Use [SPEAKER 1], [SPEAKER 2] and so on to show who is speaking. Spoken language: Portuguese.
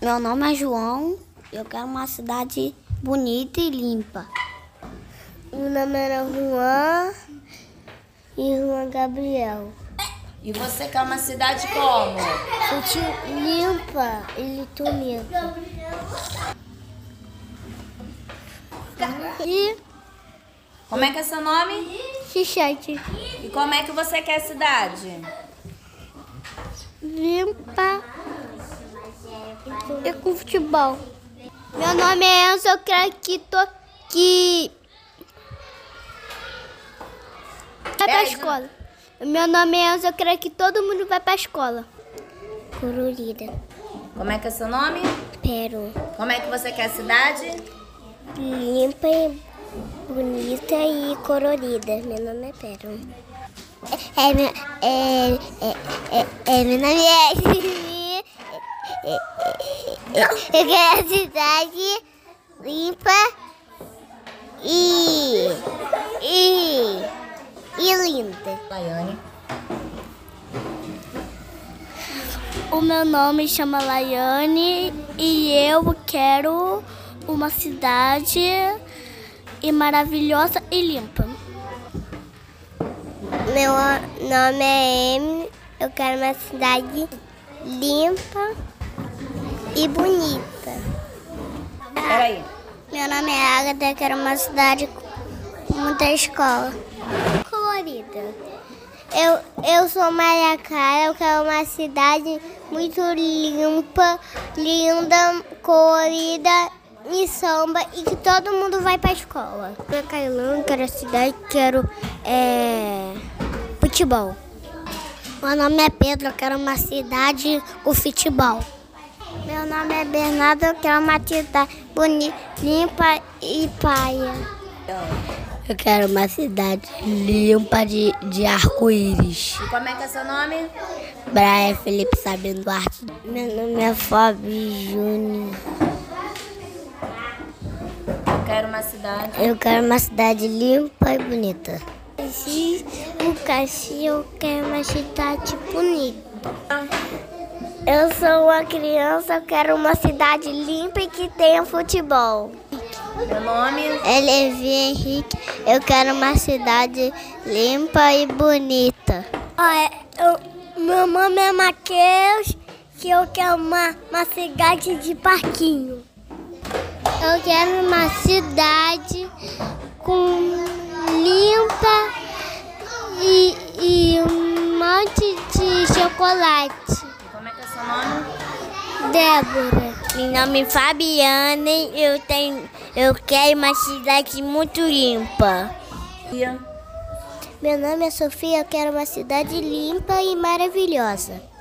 [SPEAKER 1] Meu nome é João. Eu quero uma cidade bonita e limpa. Meu nome era Juan e Juan Gabriel.
[SPEAKER 2] E você quer uma cidade como?
[SPEAKER 1] Gente limpa e litonita. E
[SPEAKER 2] Como é que é seu nome?
[SPEAKER 1] xixete.
[SPEAKER 2] E como é que você quer a cidade?
[SPEAKER 1] Limpa e com futebol. Meu nome é Enzo, eu quero que tô que vai pra
[SPEAKER 2] Pede.
[SPEAKER 1] escola. Meu nome é Enzo, eu quero que todo mundo vá pra escola. Colorida.
[SPEAKER 2] Como é que é seu nome?
[SPEAKER 1] Peru.
[SPEAKER 2] Como é que você quer a cidade?
[SPEAKER 1] Limpa e bonita e colorida. Meu nome é Pérola. É, meu, é, é, é, é, meu nome é. Eu quero a cidade limpa e. e. e linda.
[SPEAKER 2] Laiane.
[SPEAKER 1] O meu nome chama Laiane e eu quero uma cidade e maravilhosa e limpa. Meu nome é Amy, eu quero uma cidade limpa e bonita.
[SPEAKER 2] Peraí.
[SPEAKER 1] Meu nome é Agatha, eu quero uma cidade com muita escola. Colorida. Eu, eu sou Maria Clara, eu quero uma cidade muito limpa, linda, colorida e samba e que todo mundo vai pra escola. é Eu Cailã, quero a cidade, quero é, futebol. Meu nome é Pedro, eu quero uma cidade com futebol. Meu nome é Bernardo, eu quero uma cidade bonita, limpa e paia. Eu quero uma cidade limpa de, de arco-íris.
[SPEAKER 2] E como é que é seu nome?
[SPEAKER 1] Braia Felipe Sabino Duarte. Meu nome é Fábio Júnior.
[SPEAKER 2] Eu quero uma cidade.
[SPEAKER 1] Eu quero uma cidade limpa e bonita. Lucas, eu quero uma cidade bonita. Eu sou uma criança, eu quero uma cidade limpa e que tenha futebol.
[SPEAKER 2] Meu nome?
[SPEAKER 1] É Levi Henrique, eu quero uma cidade limpa e bonita. meu nome é Matheus, que eu quero uma, uma cidade de parquinho. Eu quero uma cidade com limpa e, e um monte de chocolate.
[SPEAKER 2] E como é que é seu nome?
[SPEAKER 1] Débora. Meu nome é Fabiana e eu, tenho, eu quero uma cidade muito limpa.
[SPEAKER 2] Ia.
[SPEAKER 1] Meu nome é Sofia, eu quero uma cidade limpa e maravilhosa.